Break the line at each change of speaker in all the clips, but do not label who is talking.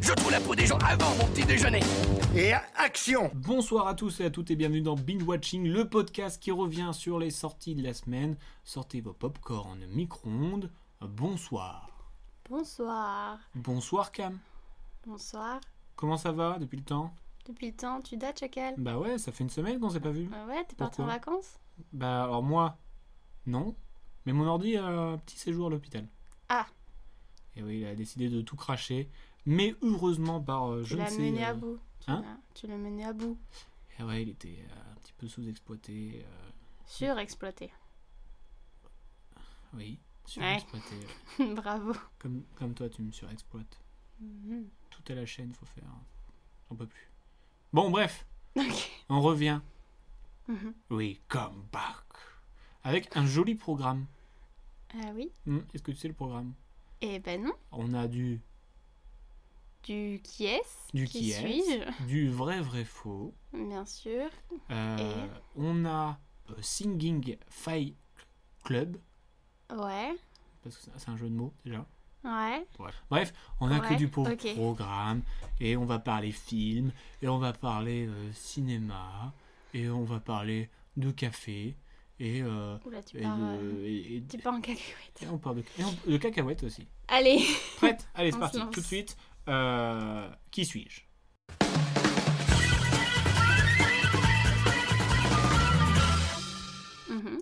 Je trouve la peau des gens avant mon petit déjeuner.
Et action
Bonsoir à tous et à toutes et bienvenue dans Binge Watching, le podcast qui revient sur les sorties de la semaine. Sortez vos popcorn micro-ondes. Bonsoir.
Bonsoir.
Bonsoir Cam.
Bonsoir.
Comment ça va depuis le temps
Depuis le temps, tu dates Chacal
Bah ouais, ça fait une semaine qu'on s'est pas vu.
Ah ouais, t'es parti en
Mhm. Pourquoi
vacances
Bah alors moi, non. Mais mon ordi a un petit séjour à l'hôpital.
Ah.
Et oui, il a décidé de tout cracher. Mais heureusement par euh,
Tu
je ne
l'as
sais...
mené à
euh,
bout. Tu
hein
l'as- Tu l'as mené à bout.
eh ouais, il était euh, un petit peu sous-exploité. euh,
Surexploité.
oui, euh. surexploité.
Bravo.
Comme, comme toi, tu me surexploites.
Mhm.
Tout à la chaîne, faut faire. On peut plus. Bon, bref,
Ok.
on revient.
Mhm.
Oui, come back. Avec un joli programme.
Ah oui
Hmm, Est-ce que tu sais le programme
Eh ben non.
On a du,
Du qui est
du qui, est,
suis-je
du vrai vrai faux.
Bien sûr.
Euh, On a euh, Singing Fight Club,
Ouais.
parce que c'est- c'est un jeu de mots déjà.
Ouais.
Bref. Bref, on a que
Ouais,
du pauvre
ok.
programme, et on va parler film, et on va parler euh, cinéma, et on va parler de café, et, euh,
Oula, tu
et
pars.
de,
euh,
et- et-
Tu pars en cacahuète.
et on parle de, et on- de cacahuètes aussi.
Allez.
Prête Allez, c'est
On
parti,
se lance.
tout de suite. euh, qui suis-je
Mhm.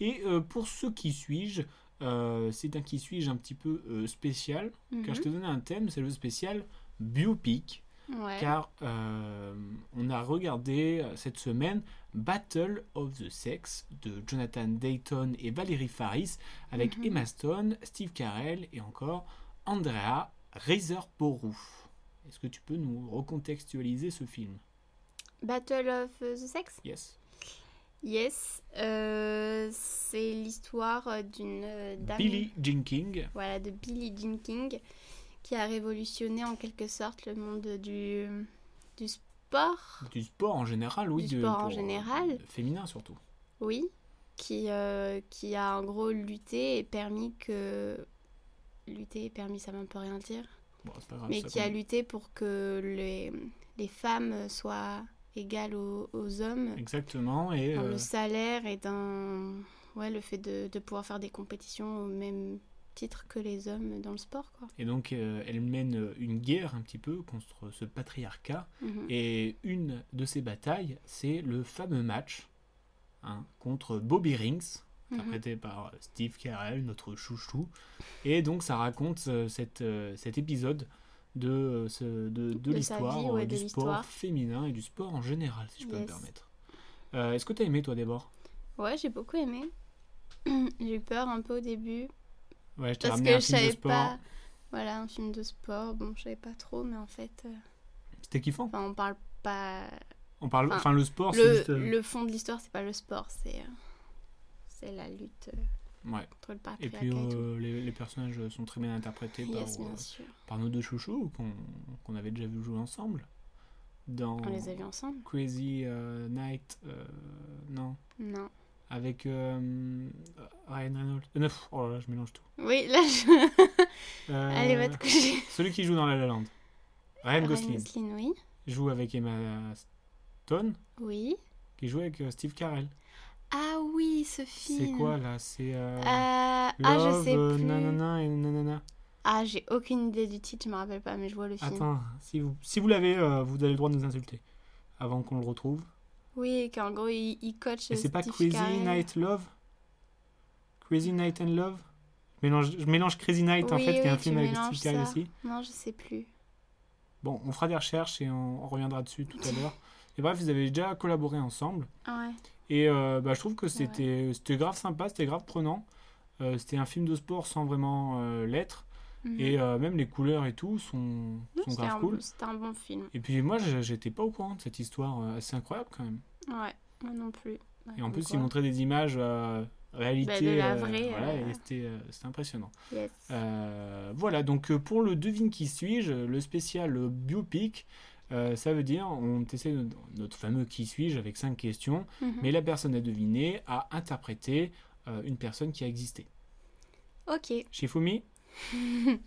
Et euh, pour ce qui suis-je, euh, c'est un qui suis-je un petit peu euh, spécial, car je te donnais un thème, c'est le spécial biopic,
Mhm. Ouais.
car euh, on a regardé euh, cette semaine Battle of the Sex de Jonathan Dayton et Valérie Faris, avec
Mhm.
Emma Stone, Steve Carell et encore Andrea Riseborough. Est-ce que tu peux nous recontextualiser ce film
Battle of the Sex
Yes.
Yes. Euh, c'est l'histoire euh, d'une euh, dame.
Billy Jenkins.
voilà, de Billie Jean King, qui a révolutionné en quelque sorte le monde du, du sport,
Du sport en général, oui.
Du
de-
sport en
pour- euh,
général.
Féminin surtout.
oui, qui, euh, qui a en gros lutté et permis que... Lutter et permis, ça ne peut rien dire,
Bon, Ah, c'est pas grave,
mais
ça
qui a
compte.
lutté pour que les, les femmes soient égales aux, aux hommes
Exactement, et
dans
euh,
le salaire et dans ouais, le fait de, de pouvoir faire des compétitions au même titre que les hommes dans le sport. Quoi.
Et donc, euh, elle mène euh, une guerre un petit peu contre ce patriarcat.
Mhm.
Et une de ces batailles, c'est le fameux match hein, contre Bobby Rings,
Mhm.
interprété par Steve Carell, notre chouchou. Et donc, ça raconte euh, cette, euh, cet épisode de, euh, ce- de, de
De sa
l'histoire,
vie, ouais,
euh,
de
du sport
l'histoire.
féminin et du sport en général, si je peux me
Yes.
permettre. Euh, Est-ce que tu as aimé, toi, d'abord
Ouais, j'ai beaucoup aimé. j'ai eu peur un peu au début
Ouais, je t'ai
parce
ramené
que
un
je
film de
savais
sport.
pas. Voilà, un film de sport. Bon, je savais pas trop, mais en fait, euh,
C'était kiffant.
enfin, on parle pas.
On parle,
enfin,
enfin, le sport, c'est
le,
juste. euh,
le fond de l'histoire, c'est pas le sport, c'est euh, c'est la lutte euh,
Ouais.
contre le
Et
patriarcat et,
puis
tout.
euh, les, les personnages sont très bien interprétés par,
Yes,
euh,
bien sûr.
par nos deux chouchous qu'on qu'on avait déjà vu jouer ensemble dans
On les a vus ensemble
Crazy euh, Night, euh, non,
Non.
avec euh, Ryan Reynolds. Euh, neuf, oh là là, je mélange tout.
Oui, là, je.
Euh,
Allez, va te coucher.
Celui qui joue dans La La Land, Ryan
Ryan
Gosling,
Gosling, oui.
joue avec Emma Stone,
Oui.
qui joue avec euh, Steve Carell.
Ah oui, ce film.
C'est quoi là C'est euh,
Euh, Ah, je
Love,
sais
euh,
plus.
nanana et nanana.
Ah, j'ai aucune idée du titre, je me rappelle pas, mais je vois le film.
Attends, si vous, si vous l'avez, euh, vous avez le droit de nous insulter avant qu'on le retrouve.
Oui, qu'en gros, il, il coach.
Et c'est pas
Steve
Crazy
Carell.
Night Love Crazy Night and Love je mélange, je mélange Crazy Night en
Oui,
fait, qui est un
oui,
film
tu
avec
mélanges
Steve Carell
ça.
aussi.
Non, je sais plus.
Bon, on fera des recherches et on, on reviendra dessus tout à l'heure. Et bref, ils avaient déjà collaboré ensemble.
Ah
Et euh, bah, je trouve que c'était c'était grave sympa, c'était grave prenant. Euh, c'était un film de sport sans vraiment euh, l'être.
ouais. Mhm.
Et euh, même les couleurs et tout sont,
Non,
sont
c'était
grave
un-
cool.
C'était un bon film.
Et puis moi, je- j'étais pas au courant de cette histoire euh, assez incroyable quand même.
Ouais, moi non plus.
Et en
Comme
plus,
quoi.
ils montraient des images euh, réalité.
Bah, de la
euh,
vraie,
voilà,
euh,
et c'était euh, c'était impressionnant.
Yes.
Euh, voilà, donc euh, pour le devine qui suis-je, le spécial euh, biopic, euh, ça veut dire on essaie de- notre fameux qui suis-je avec cinq questions,
Mhm.
mais la personne à deviner a interprété euh, une personne qui a existé.
Ok.
Shifumi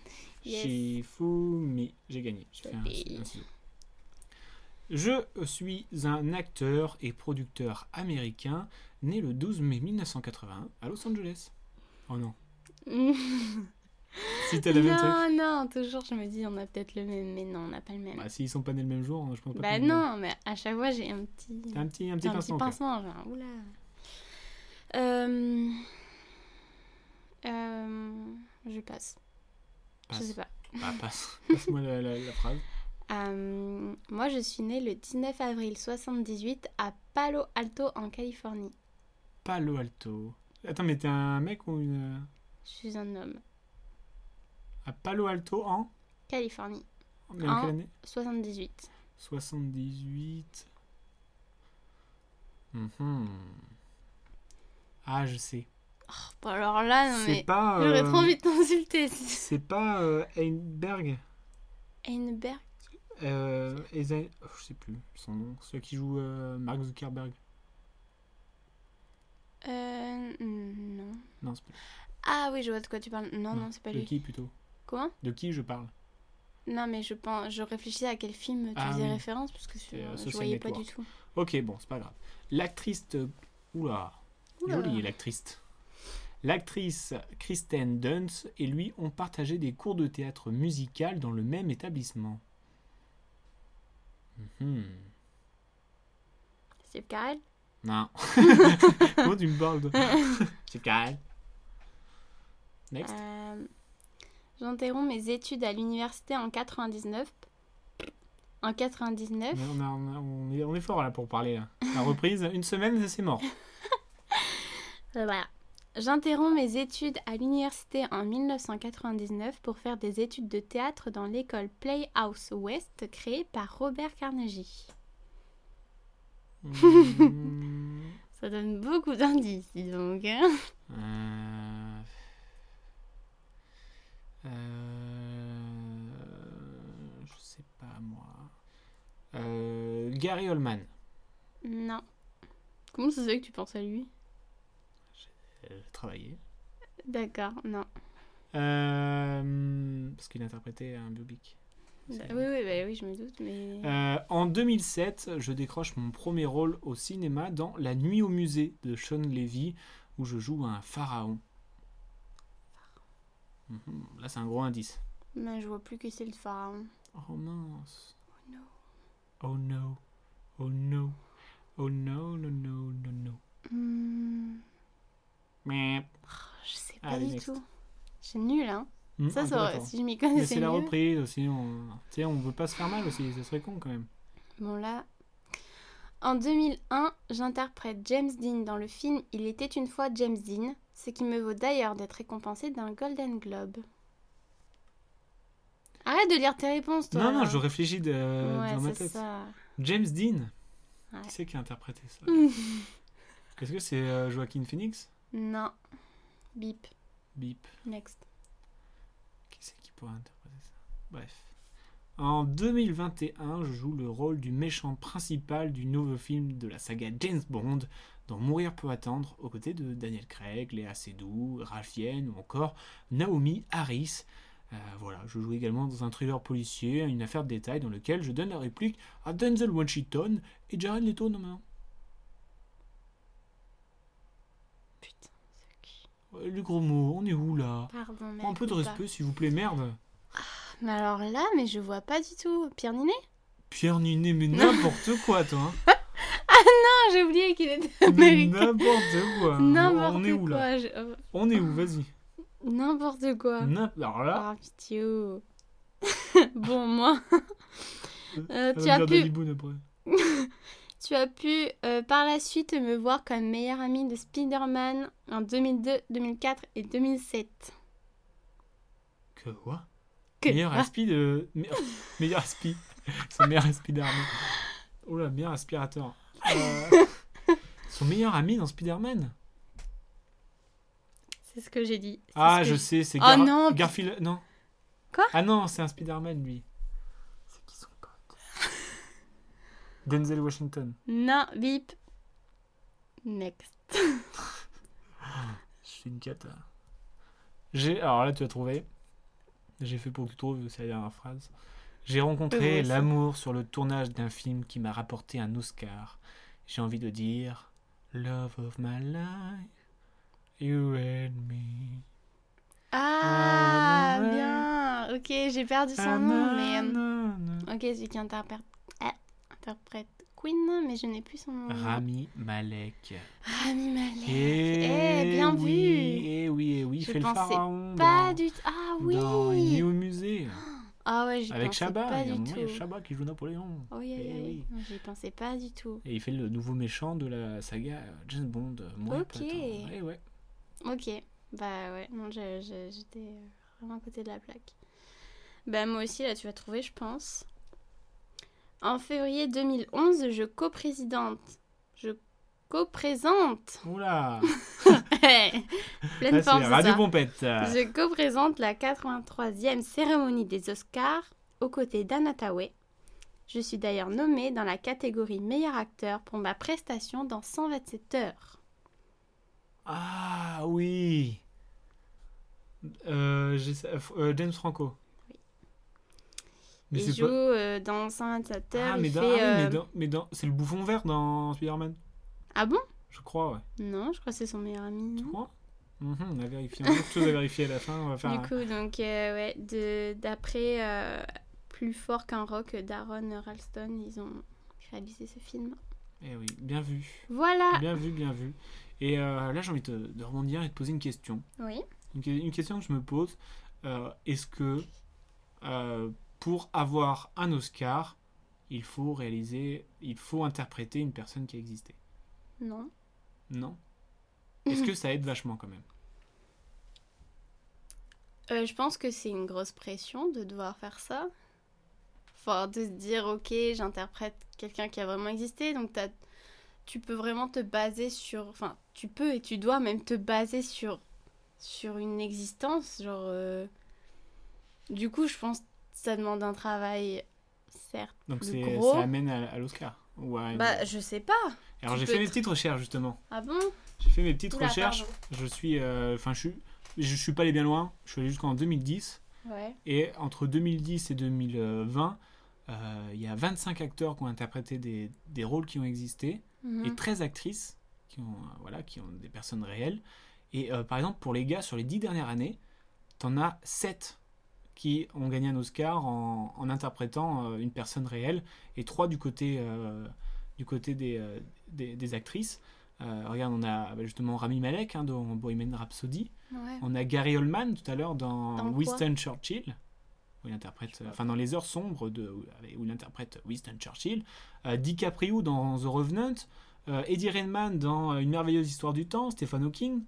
Yes.
Shifumi, j'ai gagné. J'ai fait un-
Youpi.
un ciseau. Je suis un acteur et producteur américain né le 12 mai 1981 à Los Angeles. Oh non, si t'as le même truc.
non, non, toujours je me dis on a peut-être le même, mais non, on n'a pas le même.
Bah, s'ils sont pas nés le même jour, je pense pas.
Bah
que nous-
non, mais à chaque fois j'ai un petit,
T'as un petit, un petit
j'ai un
pincement.
petit
au cœur.
pincement, genre oula. Euh... Euh... Je passe. Je
Passe.
sais pas.
Bah, passe. Passe-moi la, la- la phrase.
Euh, moi, je suis née le 19 avril 78 à Palo Alto, en Californie.
Palo Alto. Attends, mais t'es un mec ou une.
Je suis un homme.
À Palo Alto en.
Californie,
Mais en
En.
quelle année
78.
78. Mhm. Ah, je sais.
Bon, alors là, Ah, non
c'est
mais.
pas.
J'aurais
euh,
trop envie de t'insulter.
C'est pas euh, Heinberg.
Heinberg
Euh, Eisen- oh, je sais plus son nom. Celui qui joue euh, Mark Zuckerberg.
Euh. Non.
Non, c'est pas
Ah oui, je vois de quoi tu parles. Non, non,
non,
c'est pas
De
lui.
qui plutôt
Comment
De qui je parle
Non, mais je pense, je réfléchissais à quel film tu
Ah
faisais
oui.
référence parce que sur-
euh,
je
Social
voyais pas du
Network.
tout.
Ok, bon, c'est pas grave. L'actrice. euh, Oula,
Oula.
jolie l'actrice. L'actrice Kristen Dunst et lui ont partagé des cours de théâtre musical dans le même établissement. Mhm. hein.
Steve Carell
Non. Comment tu me parles toi C'est carré. Next.
Euh, J'interromps mes études à l'université en 99. En 99
On, a- on a- on est, on est fort là pour parler. Là. La reprise, une semaine, c'est mort.
Euh, Voilà. J'interromps mes études à l'université en 1999 pour faire des études de théâtre dans l'école Playhouse West créée par Robert Carnegie.
Mhm.
Ça donne beaucoup d'indices, dis donc. hein.
Euh, euh, Je sais pas moi. Euh, Gary Oldman.
Non. Comment ça se fait que tu penses à lui
Euh, travaillé.
D'accord, non.
Euh, parce qu'il interprétait un biopic.
Oui,
C'est-
oui, bah oui, je me doute, mais.
Euh, en 2007, je décroche mon premier rôle au cinéma dans La Nuit au musée de Sean Levy, où je joue un pharaon. Mhm, Là, c'est un gros indice.
Mais je vois plus qui c'est le pharaon.
Oh mince.
no.
Oh no. Oh no. Oh no, no, no, no, no.
Hmm,
Mais
je sais pas
Allez,
du
Ah, next.
tout. J'ai nul, hein. Ça, ça aurait- si je m'y
Hmm, Mais
connaissais
c'est la
mieux.
reprise aussi. On... Tu sais, on veut pas se faire mal aussi, ça serait con quand même.
Bon là, en 2001, j'interprète James Dean dans le film Il était une fois James Dean, ce qui me vaut d'ailleurs d'être récompensé d'un Golden Globe. Arrête de lire tes réponses, toi.
non, non,
alors.
je réfléchis de...
Ouais,
dans ma
c'est
tête.
ça.
James Dean
Ouais.
Qui c'est qui a interprété ça Est-ce que c'est euh, Joaquin Phoenix
Non. Bip.
Bip.
Next.
Qui c'est qui pourrait interpréter ça Bref. En 2021, je joue le rôle du méchant principal du nouveau film de la saga James Bond, dans Mourir peut attendre, aux côtés de Daniel Craig, Léa Seydoux, Ralph Yen ou encore Naomi Harris. Euh, voilà, je joue également dans un thriller policier, une affaire de détail dans lequel je donne la réplique à Denzel Washington et Jared Leto non
Putain. c'est qui
mais Le Euh, gros mot, on est où là
Pardon, mec.
Un peu de
ou pas.
respect, s'il vous plaît, merde.
Mais alors là, mais je vois pas du tout. Pierre Ninet
Pierre Ninet, mais n'importe quoi, toi. hein.
Ah, j'ai oublié qu'il était
Mais
américain.
n'importe quoi.
N'importe
on est où
quoi.
là
je- euh,
On est où Vas-y.
N'importe quoi.
N'im- Alors là,
Ah, pitié. bon, moi. Euh,
ça
tu,
va
as
me faire
pu,
Danny Boone après.
tu as pu euh, par la suite me voir comme meilleure amie de Spider-Man en 2002, 2004 et 2007.
Que quoi
Que Ah,
Meilleur
quoi
aspi de. me- Meilleur aspi. Son meilleur aspi d'armée. Oh là, meilleur aspirateur. Euh, Son meilleur ami dans Spider-Man
C'est ce que j'ai dit. C'est
Ah,
ce que
je
j'ai-
sais, c'est
Oh
Gar-
non, puis-
Garfield. Non.
Quoi
Ah non, c'est un Spider-Man, lui. C'est qui son pote Denzel Washington.
Non, bip. Next.
C'est une cata. J'ai... Alors là, tu as trouvé. J'ai fait pour que tu trouves, c'est la dernière phrase. J'ai rencontré
Ouais, ça.
l'amour sur le tournage d'un film qui m'a rapporté un Oscar. J'ai envie de dire Love of my life, you and me.
Ah,
Ah, ouais.
bien. Ok, j'ai perdu son
Ah,
nom,
na,
mais. euh,
na, na.
Ok, celui qui interprète, ah, interprète Queen, mais je n'ai plus son nom.
Rami Malek.
Rami Malek.
Eh,
Eh, bien
oui,
vu.
Eh oui, eh oui, il
Je
fait le
pensais
pharaon.
Pas
dans-
du tout. Ah
Dans Il est
oui.
au musée.
Ah ouais, j'y
Avec
pensais
Chabat.
pas
Il y a un
du
moment, il y a
tout.
Chabat qui joue Napoléon.
Oh, yeah,
Eh
yeah, yeah.
oui.
Non, J'y pensais pas du tout.
Et il fait le nouveau méchant de la saga euh, James Bond. euh, Moi,
Ok.
Eh ouais.
Ok, bah ouais, non, je- je- j'étais euh, vraiment à côté de la plaque. Bah moi aussi, là, tu vas trouver, je pense. En février 2011, je coprésidente. Je coprésente.
Oula.
Pleine
Là, c'est
forme, c'est
Radio
ça.
Pompette. Euh,
Je co-présente la 83e cérémonie des Oscars aux côtés d'Anna Tawai. Je suis d'ailleurs nommée dans la catégorie meilleur acteur pour ma prestation dans 127 heures.
Ah oui. Euh, j'ai ça- euh, James Franco.
Oui.
Mais
il
c'est
joue
pas.
euh, dans 127 heures.
Ah,
il
mais dans-
fait,
ah oui, mais
euh,
dans- mais dans. C'est le bouffon vert dans Spider-Man.
Ah bon
Je crois, ouais.
Non, je crois que c'est son meilleur ami.
Tu
non
crois Mhm, On a vérifié. On a tout à vérifier à la fin. On va faire
du
un-
coup, donc, euh, ouais, de- d'après euh, Plus fort qu'un rock d'Aaron Ralston, ils ont réalisé ce film.
Eh oui, bien vu.
Voilà
Bien vu, bien vu. Et euh, là, j'ai envie de, de rebondir et de poser une question.
Oui.
Une, que- une question que je me pose. euh, Est-ce que euh, pour avoir un Oscar, il faut réaliser, il faut interpréter une personne qui a existé
Non.
Non Est-ce que ça aide vachement quand même
Euh, je pense que c'est une grosse pression de devoir faire ça. Enfin, de se dire, ok, j'interprète quelqu'un qui a vraiment existé, donc t'as- tu peux vraiment te baser sur... Enfin, tu peux et tu dois même te baser sur, sur une existence. Genre, euh, Du coup, je pense que ça demande un travail, certes.
Donc
Le
c'est-
gros-
ça amène à, à l'Oscar. Ouais.
Bah, je sais pas.
Alors
tu
j'ai
peux
fait mes
être-
petites recherches justement.
Ah bon
J'ai fait mes petites
Oula,
recherches.
pardon.
Je suis, euh, enfin, je suis, je suis pas allé bien loin. Je suis allé jusqu'en 2010.
Ouais.
Et entre 2010 et 2020, euh, il y a 25 acteurs qui ont interprété des, des rôles qui ont existé
Mhm.
et 13 actrices qui ont, euh, voilà, qui ont des personnes réelles. Et euh, par exemple, pour les gars, sur les 10 dernières années, t'en as 7 qui ont gagné un Oscar en, en interprétant euh, une personne réelle et 3 du côté, euh, du côté des, euh, des, des actrices. Euh, regarde, on a bah, justement Rami Malek hein, dans Bohemian Rhapsody.
Ouais.
On a Gary Oldman tout à l'heure dans,
Dans quoi
Winston Churchill, où il interprète, euh,
Je sais pas.
enfin dans Les Heures Sombres, de, où, avec- où il interprète Winston Churchill. Euh, DiCaprio dans The Revenant. Euh, Eddie Redman dans euh, Une merveilleuse histoire du temps, Stephen Hawking.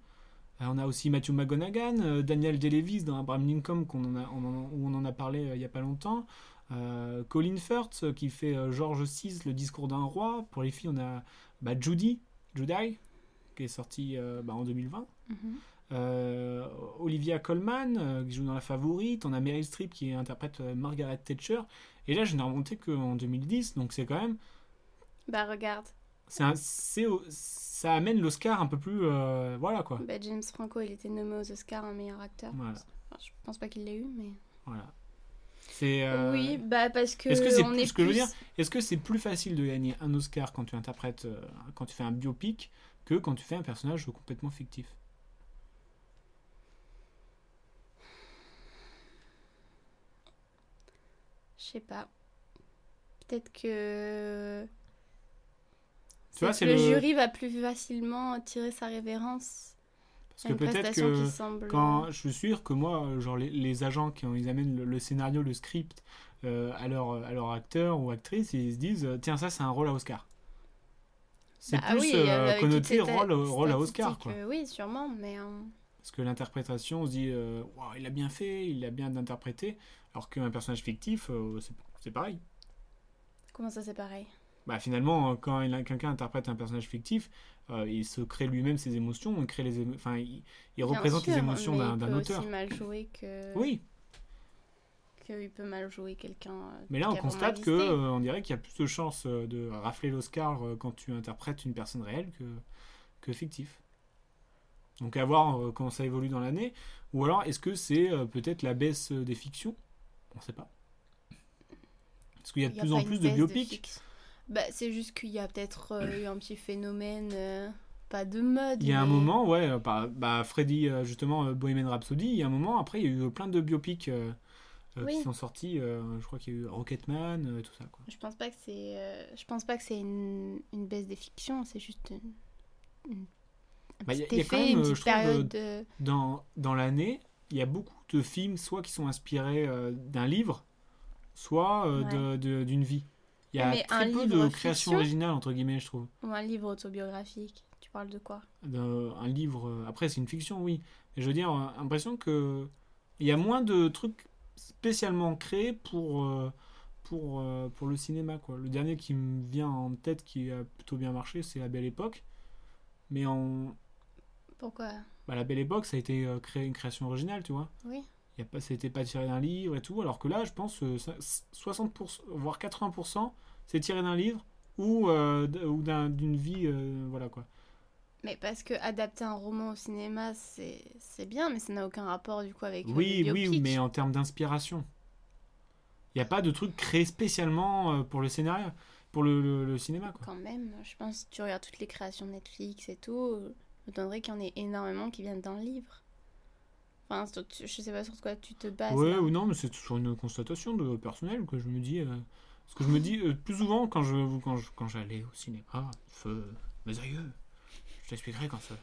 Euh, on a aussi Matthew McGonaghan, euh, Daniel Day-Lewis dans Abraham Lincoln, qu'on en a, on en- où on en a parlé euh, il n'y a pas longtemps. Euh, Colin Firth euh, qui fait euh, George VI, Le discours d'un roi. Pour les filles, on a bah, Judy, Judy, qui est sorti euh, bah, en 2020.
Mhm.
Euh, Olivia Colman euh, qui joue dans La Favorite, on a Meryl Streep qui interprète euh, Margaret Thatcher, et là je n'ai remonté qu'en 2010, donc c'est quand même,
Bah, regarde.
c'est un- c'est au- ça amène l'Oscar un peu plus, euh, voilà quoi.
Bah, James Franco, il était nommé aux Oscars un meilleur acteur.
Voilà.
Enfin, je pense pas qu'il l'ait eu, mais...
Voilà. C'est. euh,
Oui, bah parce que.
Est-ce que c'est
on
plus-
est
ce que je veux
plus-
dire Est-ce que c'est plus facile de gagner un Oscar quand tu interprètes, euh, quand tu fais un biopic, que quand tu fais un personnage complètement fictif
Je sais pas. Peut-être que.
Tu vois,
que
c'est
le,
le-
jury va plus facilement tirer sa révérence
Parce
à une prestation qui semble.
Quand je suis sûr que moi, euh, genre les, les agents qui ont- ils amènent le, le scénario, le script euh, à, leur, à leur acteur ou actrice, ils se disent euh, tiens ça c'est un rôle à Oscar. C'est
Bah
plus
oui,
euh,
avec
connoté
toutes ces
rôle,
stat-
rôle à Oscar quoi.
statistiques, euh, oui, sûrement, mais. euh,
Parce que l'interprétation, on se dit euh, Waouh, il a bien fait, il a bien interprété, alors qu'un personnage fictif euh, c'est- c'est pareil.
Comment ça, c'est pareil
bah, finalement, euh, quand il a- quelqu'un interprète un personnage fictif, euh, il se crée lui-même ses émotions, il, crée les émo- enfin, il, il
Bien
représente
sûr,
les émotions
mais
d'un
il
d'un
peut
auteur.
aussi euh, mal jouer que.
Oui,
Qu'il peut mal jouer quelqu'un. euh,
mais là on
qui a vraiment
constate que
existé.
euh, on dirait qu'il y a plus de chances euh, de rafler l'Oscar euh, quand tu interprètes une personne réelle que, que fictif. Donc à voir euh, comment ça évolue dans l'année. Ou alors est-ce que c'est euh, peut-être la baisse euh, des fictions On ne sait pas. Parce qu'il y a de
Il y a
plus
pas
en
une
plus de
baisse
biopics.
fixe. Bah, c'est juste qu'il y a peut-être euh, eu un petit phénomène, euh, pas de mode.
Il y a un
mais-
moment, ouais, euh, bah, bah, Freddy, euh, justement, euh, Bohemian Rhapsody, il y a un moment, après, il y a eu plein de biopics euh, euh,
Oui.
qui sont sortis. euh, je crois qu'il y a eu Rocketman, euh, tout ça, quoi.
Je pense pas que c'est, euh, je pense pas que c'est une, une baisse des fictions, c'est juste une, une- un
Bah, y a-
petit
y a quand
effet,
même,
une
euh,
petite
je trouve, euh,
période. de-
Dans, dans l'année, il y a beaucoup de films, soit qui sont inspirés euh, d'un livre, soit euh, de- de- d'une vie. Il y a
Mais
très
un
peu
livre
de création
fiction
originale, entre guillemets, je trouve.
Ou un livre autobiographique. Tu parles de quoi
d'un- un livre. euh, Après, c'est une fiction, oui. Mais je veux dire, euh, impression que il y a moins de trucs spécialement créés pour euh, pour euh, pour le cinéma, quoi. Le dernier qui me vient en tête, qui a plutôt bien marché, c'est La Belle Époque. Mais en
Pourquoi
bah, La Belle Époque, ça a été euh, créé une création originale, tu vois.
Oui.
Il y a pas, ça a été pas tiré d'un livre et tout. Alors que là, je pense euh, ça- 60%, voire 80%, c'est tiré d'un livre ou euh, d- ou d'un- d'une vie, euh, voilà quoi.
Mais parce que adapter un roman au cinéma, c'est, c'est bien, mais ça n'a aucun rapport du coup avec. euh,
Oui,
le
oui,
biopic.
mais en termes d'inspiration. Il n'y a pas de truc créé spécialement euh, pour le scénario, pour le, le- le cinéma. Quoi.
Quand même, je pense que tu regardes toutes les créations Netflix et tout, je m'étonnerais qu'il y en ait énormément qui viennent d'un livre. Enfin, sur- tu- je sais pas sur quoi tu te bases.
ouais
là.
ou non, mais c'est sur une constatation de personnelle que je me dis. euh, ce que je me dis euh, plus souvent quand je quand je- quand j'allais au cinéma, feu, mes aïeux, je t'expliquerai quand ça.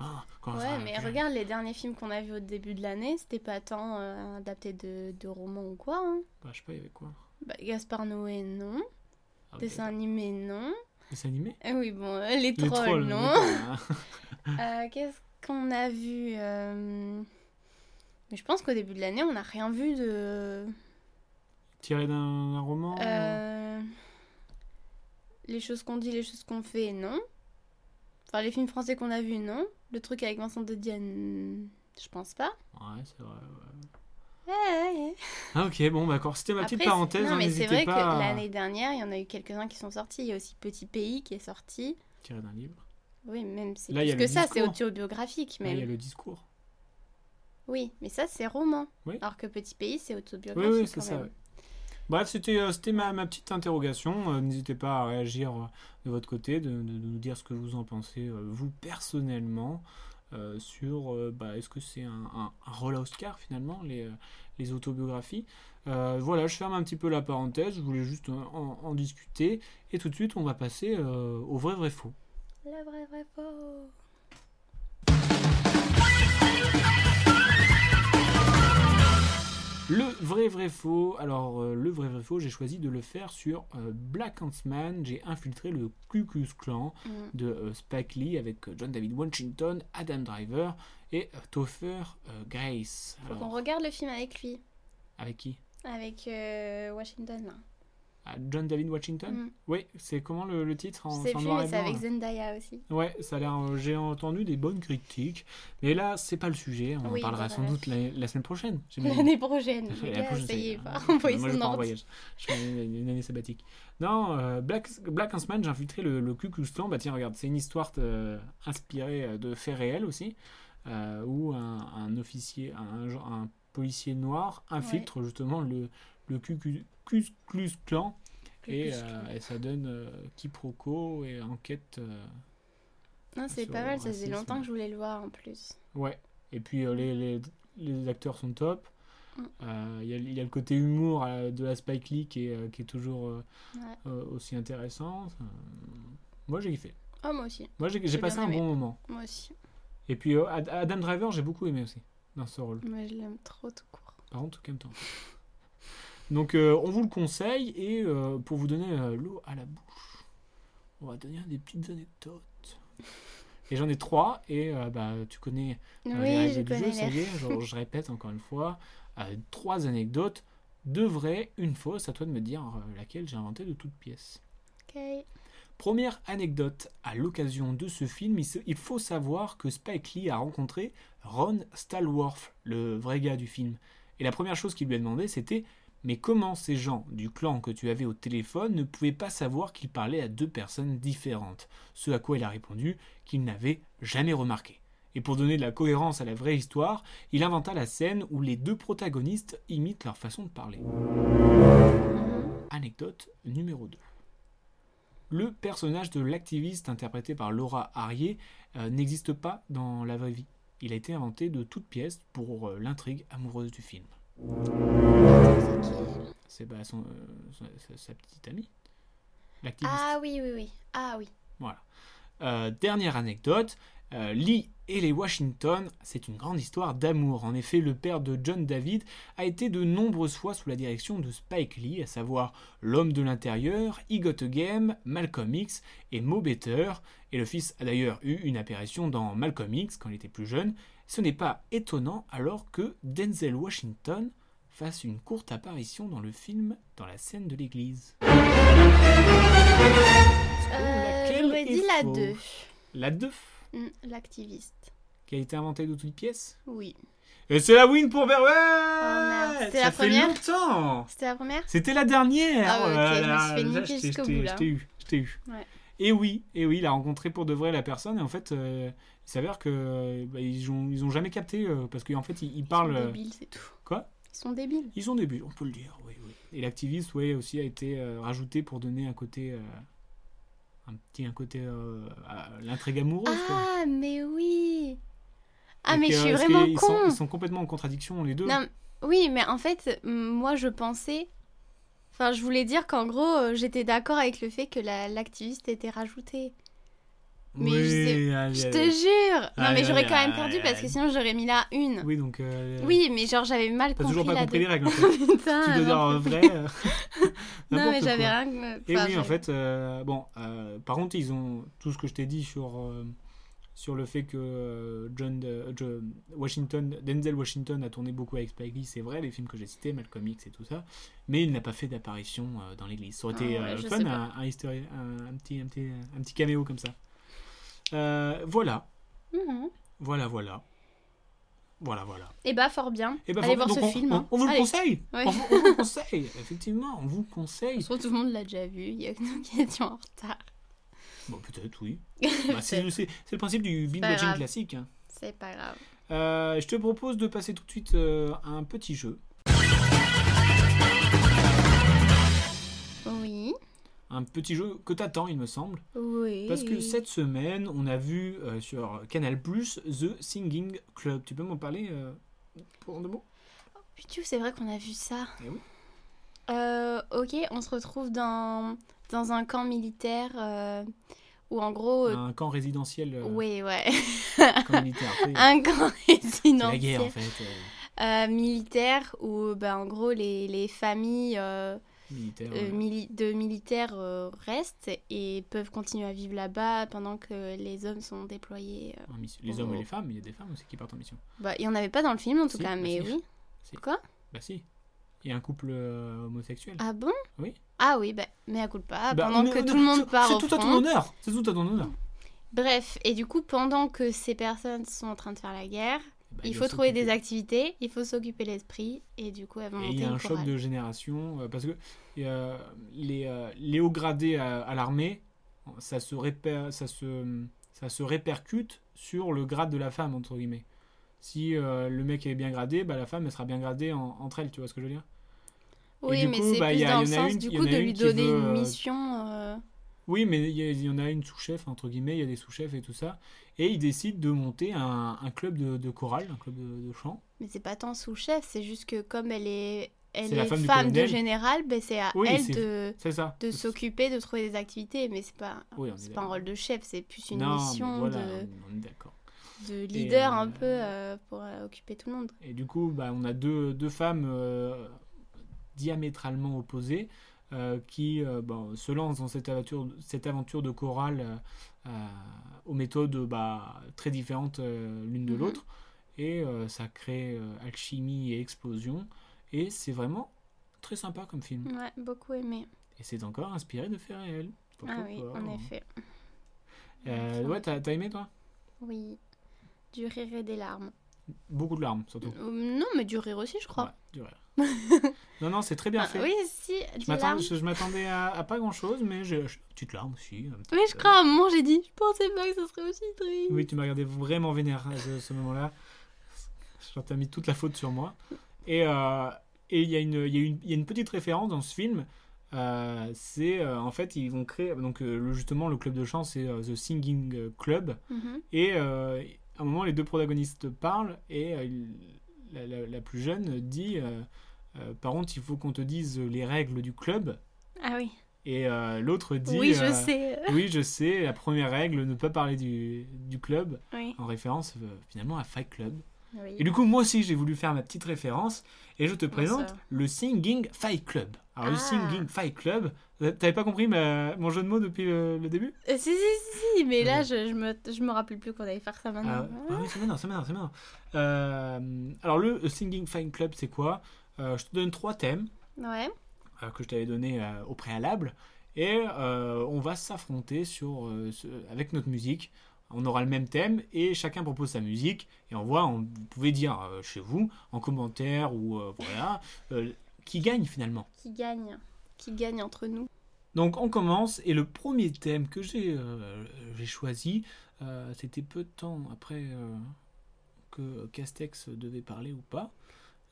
ah, quand ça-
Ouais, mais regarde les derniers films qu'on a vus au début de l'année, c'était pas tant euh, adapté de, de romans ou quoi. hein.
Bah, je sais pas, il y avait quoi
Bah, Gaspard Noé, non.
Ah, oui,
Dessin animé, non.
Dessin animé
Eh oui, bon, euh, les,
Les
trolls,
trolls, les
non.
trolls, hein.
Euh, Qu'est-ce qu'on a vu euh, Mais je pense qu'au début de l'année, on n'a rien vu de.
Tiré d'un d'un roman
Euh, Les choses qu'on dit, les choses qu'on fait, non. Enfin, les films français qu'on a vus, non. Le truc avec Vincent de Dienne, je pense pas.
Ouais, c'est vrai. ouais.
Ouais, ouais, ouais.
Ah, ok, bon, d'accord. C'était ma petite
Après, c'est-
parenthèse.
Non,
hein,
mais c'est
n'hésitez
vrai
pas
que
à-
l'année dernière, il y en a eu quelques-uns qui sont sortis. Il y a aussi Petit Pays qui est sorti.
Tiré d'un livre.
Oui, même c'est
Là, il y
plus
a
que
le
ça, c'est
discours.
autobiographique
Ah, Il y a
même.
le discours.
Oui, mais ça, c'est roman.
Oui.
Alors que Petit Pays, c'est
Oui,
autobiographique.
oui, c'est
quand
ça.
même.
ouais. Bref, c'était euh, c'était ma, ma petite interrogation. Euh, N'hésitez pas à réagir euh, de votre côté, de, de- de nous dire ce que vous en pensez, euh, vous personnellement, euh, sur euh, bah, est-ce que c'est un, un, un rôle à Oscar finalement, les, euh, les autobiographies. Euh, voilà, je ferme un petit peu la parenthèse, je voulais juste euh, en, en discuter. Et tout de suite, on va passer euh, au vrai, vrai, faux.
La vraie, vraie faux.
Le vrai vrai faux. Alors euh, le vrai vrai faux, j'ai choisi de le faire sur euh, Black Huntsman. J'ai infiltré le Ku Klux Klan
Mm.
de euh, Spike Lee avec euh, John David Washington, Adam Driver et euh, Topher euh, Grace.
Faut qu'on
Alors,
regarde le film avec lui.
avec qui
Avec euh, Washington, là.
Ah, John David Washington
Mm.
Oui, c'est comment le, le titre
Je
en,
sais
en
plus,
noir
mais
et
c'est
blanc,
avec
là
Zendaya aussi.
Ouais, ça a l'air. euh, J'ai entendu des bonnes critiques, mais là c'est pas le sujet. On
Oui,
en parlera
bah,
sans
ouais.
doute la, la semaine prochaine. j'imagine.
L'année prochaine.
Je
Les
vais
gars,
l'approcher,
ça y est, il
c'est-
va
Ah,
envoyer
moi, je
son
pars en
ordi.
voyage. Je fais une, une année sabbatique. Non, euh, Black, Black Huntsman, j'ai infiltré le, le Ku Klux Klan. Bah tiens, regarde, c'est une histoire euh, inspirée euh, de faits réels aussi, euh, où un, un officier, un, gen- un policier noir infiltre justement le, le Ku Ku- Ku Klux Klan. Et, euh, et ça donne euh, quiproquo et enquête. euh,
Non, c'est
sur
pas
le
mal, ça faisait
racisme.
longtemps que je voulais le voir en plus.
Ouais. Et puis euh, les, les, les acteurs sont top.
Mm.
Euh, Il y, a- il y a le côté humour euh, de la Spike Lee qui est, euh, qui est toujours euh,
Ouais.
euh, aussi intéressant. Euh, moi j'ai kiffé.
Ah, moi aussi,
Moi j'ai j'ai
J'ai
passé un
bien aimé.
bon moment.
moi aussi.
Et puis euh, Ad- Adam Driver j'ai beaucoup aimé aussi dans ce rôle.
Moi, je l'aime trop tout court.
Par contre, aucun temps. Donc euh, on vous le conseille et euh, pour vous donner euh, l'eau à la bouche, on va donner des petites anecdotes. Et j'en ai trois et euh, bah, tu connais
Oui,
Euh, les
je
règles du
connais
jeu, ça
les...
y est, je, je répète encore une fois, euh, trois anecdotes, deux vraies, une fausse, à toi de me dire euh, laquelle j'ai inventée de toute pièce.
Ok.
Première anecdote, à l'occasion de ce film, il, se- il faut savoir que Spike Lee a rencontré Ron Stallworth, le vrai gars du film. Et la première chose qu'il lui a demandé, c'était Mais comment ces gens du clan que tu avais au téléphone ne pouvaient pas savoir qu'il parlait à deux personnes différentes Ce à quoi il a répondu qu'il n'avait jamais remarqué. Et pour donner de la cohérence à la vraie histoire, il inventa la scène où les deux protagonistes imitent leur façon de parler.
Mm-hmm.
Anecdote numéro 2. Le personnage de l'activiste interprété par Laura Harrier euh, n'existe pas dans la vraie vie. Il a été inventé de toutes pièces pour euh, l'intrigue amoureuse du film.
C'est qui elle
C'est bah, son, euh, son- sa, sa petite amie. L'activiste.
Ah oui, oui, oui. Ah oui.
Voilà. Euh, dernière anecdote, euh, Lee et les Washington, c'est une grande histoire d'amour. En effet, le père de John David a été de nombreuses fois sous la direction de Spike Lee, à savoir L'homme de l'intérieur, He Got a Game, Malcolm X et Mo Better. Et le fils a d'ailleurs eu une apparition dans Malcolm X quand il était plus jeune. Ce n'est pas étonnant alors que Denzel Washington fasse une courte apparition dans le film dans la scène de l'église.
Euh,
Laquelle
J'aurais dit
est
la
fausse
2.
La 2
L'activiste.
qui a été inventée de toutes pièces
Oui.
Et c'est la win pour Verwell
merde, c'était
Ça
Oh, la
fait
première
longtemps
C'était la première
C'était la dernière
Ah ouais,
Oh là
ok,
là,
je me suis fait
là,
niquer
je t'ai- je
jusqu'au
t'ai-
bout, là.
Je t'ai eu, je t'ai eu.
Ouais.
Et oui, et oui, il a rencontré pour de vrai la personne et en fait, euh, il s'avère que euh, bah, ils, ont, ils ont jamais capté euh, parce qu'en fait, ils, ils parlent.
Ils sont
euh,
débiles, c'est tout.
Quoi
Ils sont débiles.
ils ont des buts, on peut le dire, oui, oui. Et l'activiste, oui, aussi a été euh, rajouté pour donner un côté, euh, un petit, un côté, euh, à l'intrigue amoureuse. quoi.
Ah, mais oui Ah,
Et
mais
que,
je suis
parce
vraiment
qu'ils sont-
con
Ils sont complètement en contradiction les deux.
Non, Oui, mais en fait, m- moi, je pensais... Enfin, je voulais dire qu'en gros, euh, j'étais d'accord avec le fait que la- l'activiste était rajoutée. mais je sais-
allez,
Je te
allez.
jure Non,
Aïe,
mais j'aurais
aïe,
quand même
aïe,
perdu parce que
aïe.
sinon, j'aurais mis la une.
Oui, donc. euh,
Oui, mais genre, j'avais mal
T'as
compris
toujours pas
la
compris
deux.
les règles en fait. tu
Putain,
dois dire
j'en
euh,
peux
vrai.
plus.
euh,
Non,
n'importe
mais j'avais
quoi.
rien... que-
Et
enfin,
oui, en
j'avais-
fait, euh, bon, euh, par contre, ils ont tout ce que je t'ai dit sur, euh, sur le fait que euh, John, de- John- Washington, Denzel Washington a tourné beaucoup avec Spike Lee, c'est vrai, les films que j'ai cités, Malcolm X et tout ça, mais il n'a pas fait d'apparition euh, dans l'église. Ça aurait
Ah
été
ouais,
euh,
je
fun,
sais pas.
un, un histori- un- un petit, un, petit, un petit caméo comme ça. Euh, voilà,
Mhm.
voilà, voilà. Voilà, voilà.
Eh bah, fort bien.
Eh ben,
Allez
voilà,
voir ce
donc on,
film.
on-
hein.
on vous le
Allez.
conseille.
Ouais.
On, vous, on vous le conseille. Effectivement, on vous le conseille.
Je trouve que tout le monde l'a déjà vu, il y a que nous qui étions en retard.
Bon, peut-être, oui. Bah, c'est c'est- c'est le principe du binge
pas
watching
grave.
classique. hein.
C'est pas grave.
Euh, je te propose de passer tout de suite euh, à un petit jeu.
Oui.
Un petit jeu que t'attends, il me semble.
Oui.
Parce que cette semaine, on a vu euh, sur Canal The Singing Club. Tu peux m'en parler euh, pour de mots
Putain, c'est vrai qu'on a vu ça.
Eh oui.
Euh, ok, on se retrouve dans, dans un camp militaire euh, où en gros. euh,
Un camp résidentiel euh,
ouais, ouais.
camp militaire. tu sais.
un camp
C'est la guerre, en
résidentiel
fait. euh,
euh, militaire où bah, en gros les, les familles euh,
militaire.
euh,
ouais.
mili- de militaires euh, restent et peuvent continuer à vivre là-bas pendant que les hommes sont déployés. euh,
En mission. Les hommes
oh.
et les femmes, il y a des femmes aussi qui partent en mission.
Bah, il n'y en avait pas dans le film en tout
Si,
cas,
bah
mais
si.
oui.
Si.
Quoi
Bah si. Il y a un couple euh, homosexuel.
Ah bon
Oui.
Ah oui, bah, mais à coup de pas,
Bah,
pendant
mais-
que
non,
tout le monde
c'est-
part au
C'est tout à ton
front.
honneur. C'est tout à ton honneur.
Bref, et du coup, pendant que ces personnes sont en train de faire la guerre,
Bah,
il
doit
faut trouver
s'occuper.
des activités, il faut s'occuper l'esprit, et du coup, elles vont
Et
monter
il y a
une
un choc
chorale.
de génération euh, parce que euh, les, euh, les hauts gradés à, à l'armée, ça se, réper- ça, se, ça se répercute sur le grade de la femme, entre guillemets. Si euh, le mec est bien gradé, bah, la femme elle sera bien gradée en- entre elles, tu vois ce que je veux dire
Oui,
du
mais
coup,
c'est
bah, il
plus
y a-
dans
il
le
y en a
sens
une-
du
il y
coup
en a
de
une
lui
qui
donner
veut,
une
euh,
mission. euh,
Oui, mais il y, a- il y en a une sous-chef, entre guillemets, il y a des sous-chefs et tout ça. Et ils décident de monter un, un club de, de chorale, un club de, de chant.
Mais c'est pas tant sous-chef, c'est juste que comme elle est, elle
C'est la
est
femme
femme,
du
de
colonel.
général, bah, c'est à
Oui,
elle
c'est-
de,
C'est ça
de s'occuper, de trouver des activités, mais c'est pas,
Oui, on est
c'est pas un
d'accord.
rôle de chef, c'est plus une
Non, mais
mission
voilà,
de...
on- on est d'accord.
de leader
euh,
un peu euh, pour euh, occuper tout le monde.
Et du coup, bah, on a deux, deux femmes euh, diamétralement opposées euh, qui euh, bon, se lancent dans cette aventure, cette aventure de chorale euh, euh, aux méthodes bah, très différentes euh, l'une de
Mhm.
l'autre. Et euh, ça crée euh, alchimie et explosion. Et c'est vraiment très sympa comme film.
Mm. Ouais, beaucoup aimé.
Et c'est encore inspiré de faits réels.
Ah oui, en effet.
Euh, ouais, t'as t'as aimé toi
Oui. Du rire et des larmes.
Beaucoup de larmes surtout.
Euh, Non, mais du rire aussi, je
Ouais,
crois.
du rire. non, non, c'est très bien
Ah,
fait.
oui, si,
Je
des larmes.
m'attendais- Je je m'attendais à, à pas grand chose, mais j'ai j'ai une petite larme aussi. un petit
Oui, je
peu.
crois, à un moment, j'ai dit, je pensais pas que ce serait aussi triste.
Oui, tu m'as regardé vraiment vénère à ce, ce moment-là. Genre, t'as mis toute la faute sur moi. Et euh, et il y, a une- il y, a une- il y a une petite référence dans ce film. euh, c'est euh, en fait, ils vont créer. Donc, euh, le- justement, le club de chant, c'est euh, The Singing Club.
Mhm.
Et euh, à un moment, les deux protagonistes parlent et euh, il- la, la- la plus jeune dit euh, euh, Par contre, il faut qu'on te dise les règles du club.
Ah oui.
Et euh, l'autre dit
oui, je
euh,
sais.
Oui, je sais, la première règle, ne pas parler du, du club,
Oui.
en référence euh, finalement à Fight Club.
Oui.
Et du coup, moi aussi, j'ai voulu faire ma petite référence et je te présente
ça.
le Singing Fight Club. Alors, le
Ah.
Singing Fight Club, euh, t'avais pas compris ma- mon jeu de mots depuis le- le début
Euh, Si, si, si, mais là,
Ouais.
je, je, me, je me rappelle plus qu'on allait faire ça
Ah,
maintenant.
ah oui, c'est maintenant, c'est maintenant, c'est maintenant. Euh, alors, le Singing Fine Club, c'est quoi Euh, Je te donne trois thèmes
Ouais,
euh, que je t'avais donnés euh, au préalable et euh, on va s'affronter sur, euh, ce- avec notre musique. On aura le même thème et chacun propose sa musique et on voit, on, vous pouvez dire euh, chez vous, en commentaire ou euh, voilà, euh, qui gagne finalement.
qui gagne Qui gagne entre nous
Donc on commence et le premier thème que j'ai euh, j'ai choisi, euh, c'était peu de temps après euh, que Castex devait parler ou pas.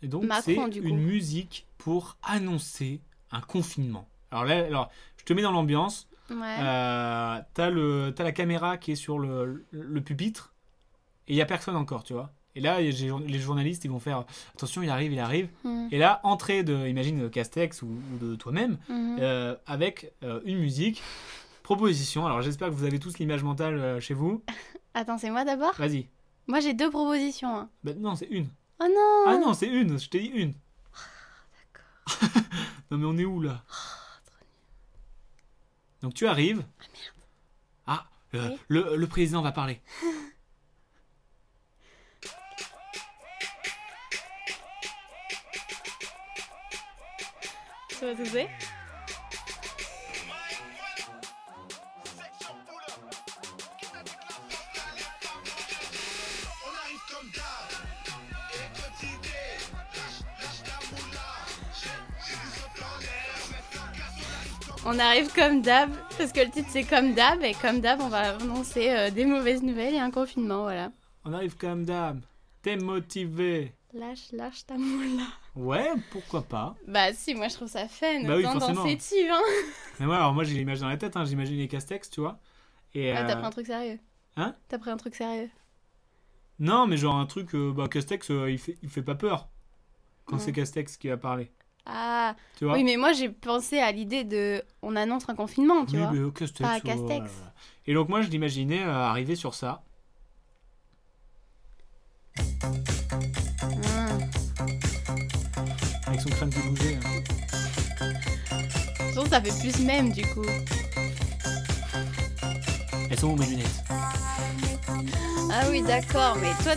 Et donc
Macron,
c'est
du coup.
une musique pour annoncer un confinement. Alors là, alors, je te mets dans l'ambiance.
Ouais.
Euh, t'as le- t'as la caméra qui est sur le, le pupitre et il y a personne encore, tu vois. Et là, y a- j'ai- les journalistes, ils vont faire attention, il arrive, il arrive.
Mhm.
Et là, entrée de, imagine, Castex ou- ou de toi-même.
Mhm.
Euh, avec euh, une musique. Proposition, alors j'espère que vous avez tous l'image mentale euh, chez vous.
Ah. Attends, c'est moi d'abord
Vas-y.
Moi, j'ai deux propositions. hein.
Bah, non, c'est une.
Oh non Ah,
Ah non, c'est une, je t'ai dit une. non mais on est où là
Oh,
Donc tu arrives. Ah, le,
Oui.
le- le président va parler.
Tu vas trouver On arrive comme d'hab, parce que le titre c'est comme d'hab, et comme d'hab, on va annoncer euh, des mauvaises nouvelles et un confinement, voilà.
On arrive comme dame. T'es motivé.
Lâche, lâche ta moula.
Ouais, pourquoi pas.
Bah si, moi je trouve ça fun,
Bah oui,
autant
forcément.
danser dessus, hein.
Mais moi, alors moi j'ai l'image dans la tête, hein, j'imagine les castex, tu vois. Et,
Ah,
euh,
t'as pris un truc sérieux.
Hein
T'as pris un truc sérieux.
Non, mais genre un truc, euh, bah, Castex, euh, il, fait, il fait pas peur quand
Ouais.
c'est Castex qui va parler.
Ah,
Tu vois
oui, mais moi j'ai pensé à l'idée de on annonce un confinement, tu
Oui,
vois.
mais, euh, Castex.
Pas
euh,
Castex.
voilà, voilà. Et donc, moi, je l'imaginais euh, arriver sur ça. euh,
Mmh.
Avec son crâne qui bougeait. hein.
Je trouve que ça fait plus même du coup.
Elles sont où mes lunettes
Ah oui, d'accord, mais toi,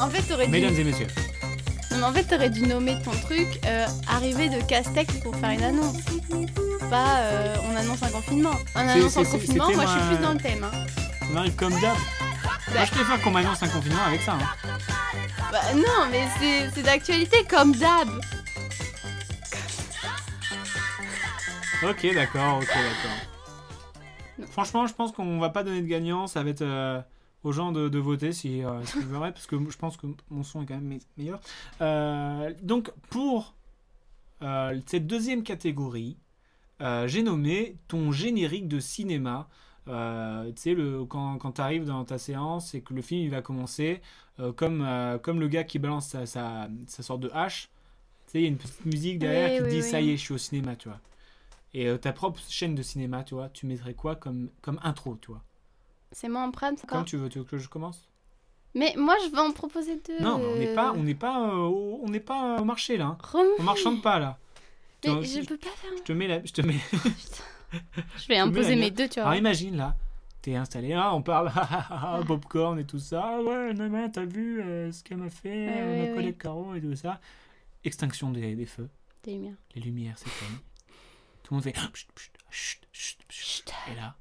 en fait, t'aurais dû...
Mesdames et messieurs.
Non, mais en fait, t'aurais dû nommer ton truc euh, arrivée de Castex pour faire une annonce. Pas euh, on annonce un confinement. On annonce un
c'est- c'est-
confinement,
c'était
moi je suis
ma-
plus dans le thème. hein.
On arrive comme d'hab. Moi, je préfère qu'on m'annonce un confinement avec ça. hein.
Bah non, mais c'est- c'est d'actualité comme d'hab.
Ok, d'accord, ok, d'accord. Franchement, je pense qu'on va pas donner de gagnant. Ça va être euh, aux gens de, de voter si euh, si vous verrez, parce que je pense que mon son est quand même me- meilleur. Euh, donc, pour euh, cette deuxième catégorie, euh, j'ai nommé ton générique de cinéma. Euh, tu sais, le- quand, quand tu arrives dans ta séance et que le film il va commencer, euh, comme, euh, comme le gars qui balance sa, sa, sa sorte de hache, tu sais, il y a une petite musique derrière
Oui,
qui
oui,
dit
oui.
ça y est, je suis au cinéma, tu vois. Et euh, ta propre chaîne de cinéma, tu vois, tu mettrais quoi comme, comme intro, tu vois
C'est moi en prime, c'est
Comme
encore.
tu veux, tu veux que je commence
Mais moi je vais en proposer deux.
Non, mais on n'est pas, on n'est pas, euh, au- on n'est pas au marché là. hein.
Romain,
On marchande pas là. Tu vois,
mais je
je-
peux pas faire.
Je te mets la, je te mets.
Je vais
mets la
imposer mes
mienne.
deux, tu vois.
Alors imagine là, t'es installé là, on parle ah, popcorn et tout ça. Ah ouais, maman, t'as vu euh, ce qu'elle m'a fait, euh,
ouais,
ma
ouais.
collègue Caro et tout ça. Extinction des, des feux,
Des lumières.
les lumières s'éteignent. Tout le monde fait Chut, chut, chut, chut, chut. Et là.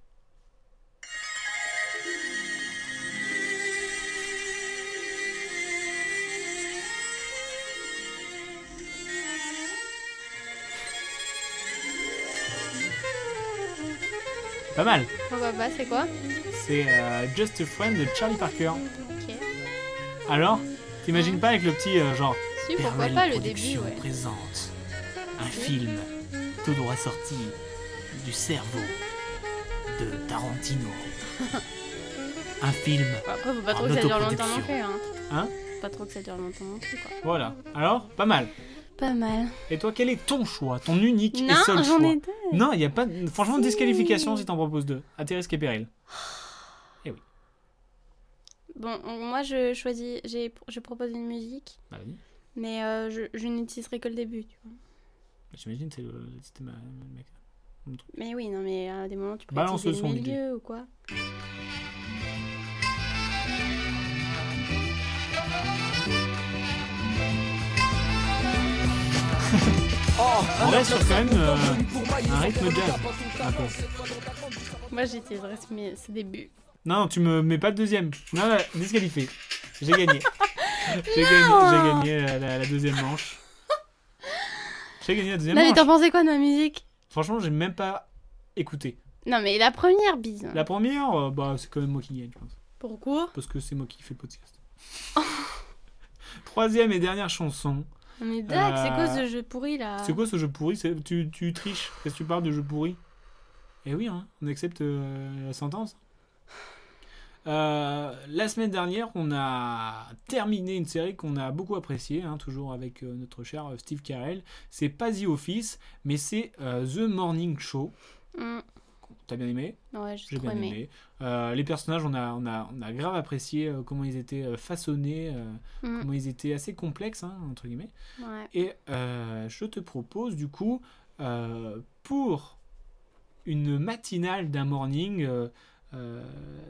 Pas mal.
Pourquoi pas, c'est quoi
C'est euh, Just a Friend de Charlie Parker.
Ok.
Alors, t'imagines pas avec le petit euh, genre.
Si, pourquoi
Perwell
pas le début,
Productions
ouais. Mhm.
présente un film tout droit sorti du cerveau de Tarantino. un film.
Après, faut pas trop
En
que ça dure longtemps non
autoproduction.
plus, hein.
Ah, Hein
Pas trop que ça dure longtemps non plus, quoi.
Voilà. Alors, pas mal.
Pas mal.
Et toi, quel est ton choix, ton unique et
Non,
seul
j'en
choix
ai deux.
Non, il n'y a pas. Franchement,
Si.
disqualification si t'en proposes deux. À tes risques et périls.
Bon, on- moi, je choisis... j'ai- Je propose une musique,
Bah vas-y.
mais euh, je, je n'utiliserai que le début, tu vois.
J'imagine que c'est le le système. euh, le mec.
Mais oui, non, mais euh, à des moments, tu peux
Balance
utiliser
le
le
son, Lydie.
milieu ou quoi.
On reste sur quand même euh, un rythme jazz. un peu.
Moi, j'utiliserai ce, mi- ce début.
Non, tu me mets pas de deuxième. Non, là, disqualifié. J'ai gagné. J'ai gagné, j'ai gagné la, la- la deuxième manche. J'ai gagné la deuxième
Non, mais t'en
manche.
pensais quoi de ma musique
Franchement, j'ai même pas écouté.
Non, mais la première bise.
La première, euh, bah, c'est quand même moi qui gagne, je pense.
Pourquoi
Parce que c'est moi qui fais le podcast. Troisième et dernière chanson.
Non, mais Doc, c'est quoi
Euh,
ce jeu pourri là
C'est quoi ce jeu pourri C'est- tu, tu triches Qu'est-ce que tu parles de jeu pourri Eh oui, hein, on accepte euh, la sentence. Euh, la semaine dernière, on a terminé une série qu'on a beaucoup appréciée, hein, toujours avec euh, notre cher euh, Steve Carell. C'est pas The Office, mais c'est euh, The Morning Show.
Hum,
T'as bien aimé
Ouais, je
j'ai
trop
bien
aimé.
aimé. Euh, les personnages, on a, on, a, on a grave apprécié euh, comment ils étaient euh, façonnés, euh,
Mm.
comment ils étaient assez complexes, hein, entre guillemets.
Mmh. Ouais.
Et euh, je te propose, du coup, euh, pour une matinale d'un morning, euh, euh,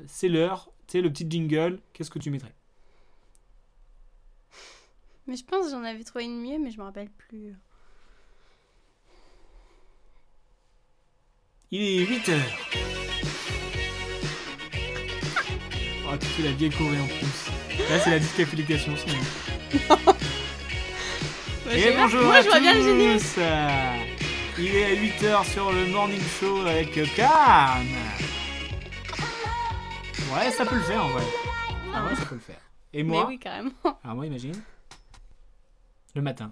c'est l'heure, c'est le petit jingle, qu'est-ce que tu mettrais
Mais je pense que j'en avais trouvé une mieux, mais je me rappelle plus.
Il est 8h. Oh, tu fais la vieille Corée en plus. Là, c'est la disqualification, c'est bon.
Ouais, je sais
Et
pas.
bonjour
Moi,
à
je vois bien le générique.
tous Il est à 8h sur le Morning Show avec Cam Ouais, ça peut le faire en vrai. Ah ouais, ça peut le faire. Et
Mais
moi
oui, carrément.
Alors moi, imagine. Le matin.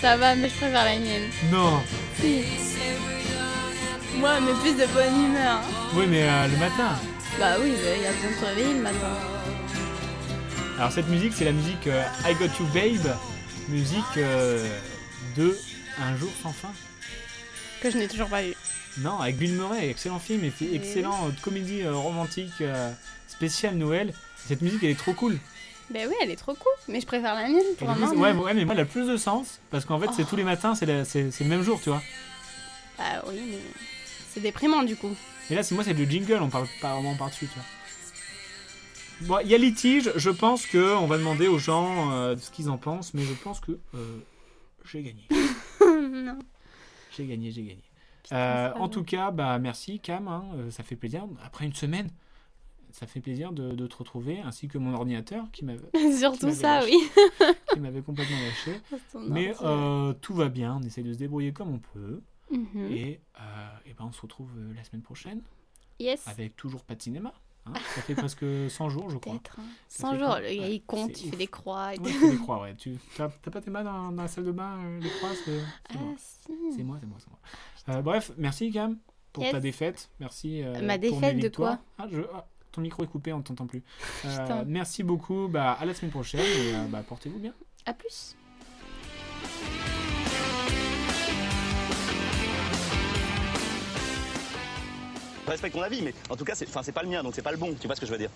Ça va, mais je préfère la mienne.
Non
Si. Moi, mais plus de bonne humeur.
Oui, mais euh, le matin.
Bah oui, bah, il y a besoin de se réveiller le matin.
Alors cette musique, c'est la musique euh, I Got You Babe, musique euh, de Un jour sans fin.
Que je n'ai toujours pas eu.
Non, avec Bill Murray, excellent film, et puis excellent euh, comédie euh, romantique euh, spéciale Noël. Cette musique, elle est trop cool.
Bah oui, elle est trop cool, mais je préfère la Oh. mienne
Et
pour un
du coup, c'est-
moment.
ouais, ouais, mais moi, elle a plus de sens parce qu'en fait, c'est tous les matins, c'est la- c'est c'est le même jour, tu vois.
Bah oui, mais c'est déprimant du coup.
Et là, c'est moi, c'est le jingle, on parle pas vraiment par-dessus, tu vois. Bon, il y a litige, je pense que on va demander aux gens euh, ce qu'ils en pensent, mais je pense que euh, j'ai gagné.
non.
J'ai gagné, j'ai gagné.
Putain,
Euh,
c'est pas
en
bon.
tout cas, bah, merci Cam, hein, euh, ça fait plaisir. Après une semaine, ça fait plaisir de, de te retrouver, ainsi que mon ordinateur qui m'avait Tu
Surtout
m'avais
ça,
lâché.
oui.
qui m'avait complètement lâché.
Ton
Mais
ordi.
euh, tout va bien, on essaie de se débrouiller comme on peut.
Mhm.
Et, euh, eh ben, on se retrouve euh, la semaine prochaine
Yes.
avec toujours pas de cinéma. hein. Ça fait presque 100 jours, je crois.
Peut-être. hein. 100
fait
jours,
quoi
le gars,
Ouais,
il compte,
c'est
il fait
ouf.
des croix et tout.
Ouais, c'est des croix, ouais. Tu t'as t'as pas tes mains dans, dans la salle de bain, euh, les croix, c'est c'est
Ah
moi. C'est
si.
moi, c'est moi, c'est moi. Euh, bref, merci Cam pour
Yes.
ta défaite. Merci. euh,
Ma
pour mes
défaite de
victoires.
quoi
ah, je- ah, Ton micro est coupé, on ne t'entend plus. Euh,
Putain.
merci beaucoup. Bah, à la semaine prochaine et euh, bah, portez-vous bien.
À plus.
Je respecte ton avis, mais en tout cas, c'est enfin, c'est pas le mien, donc c'est pas le bon. Tu vois ce que je veux dire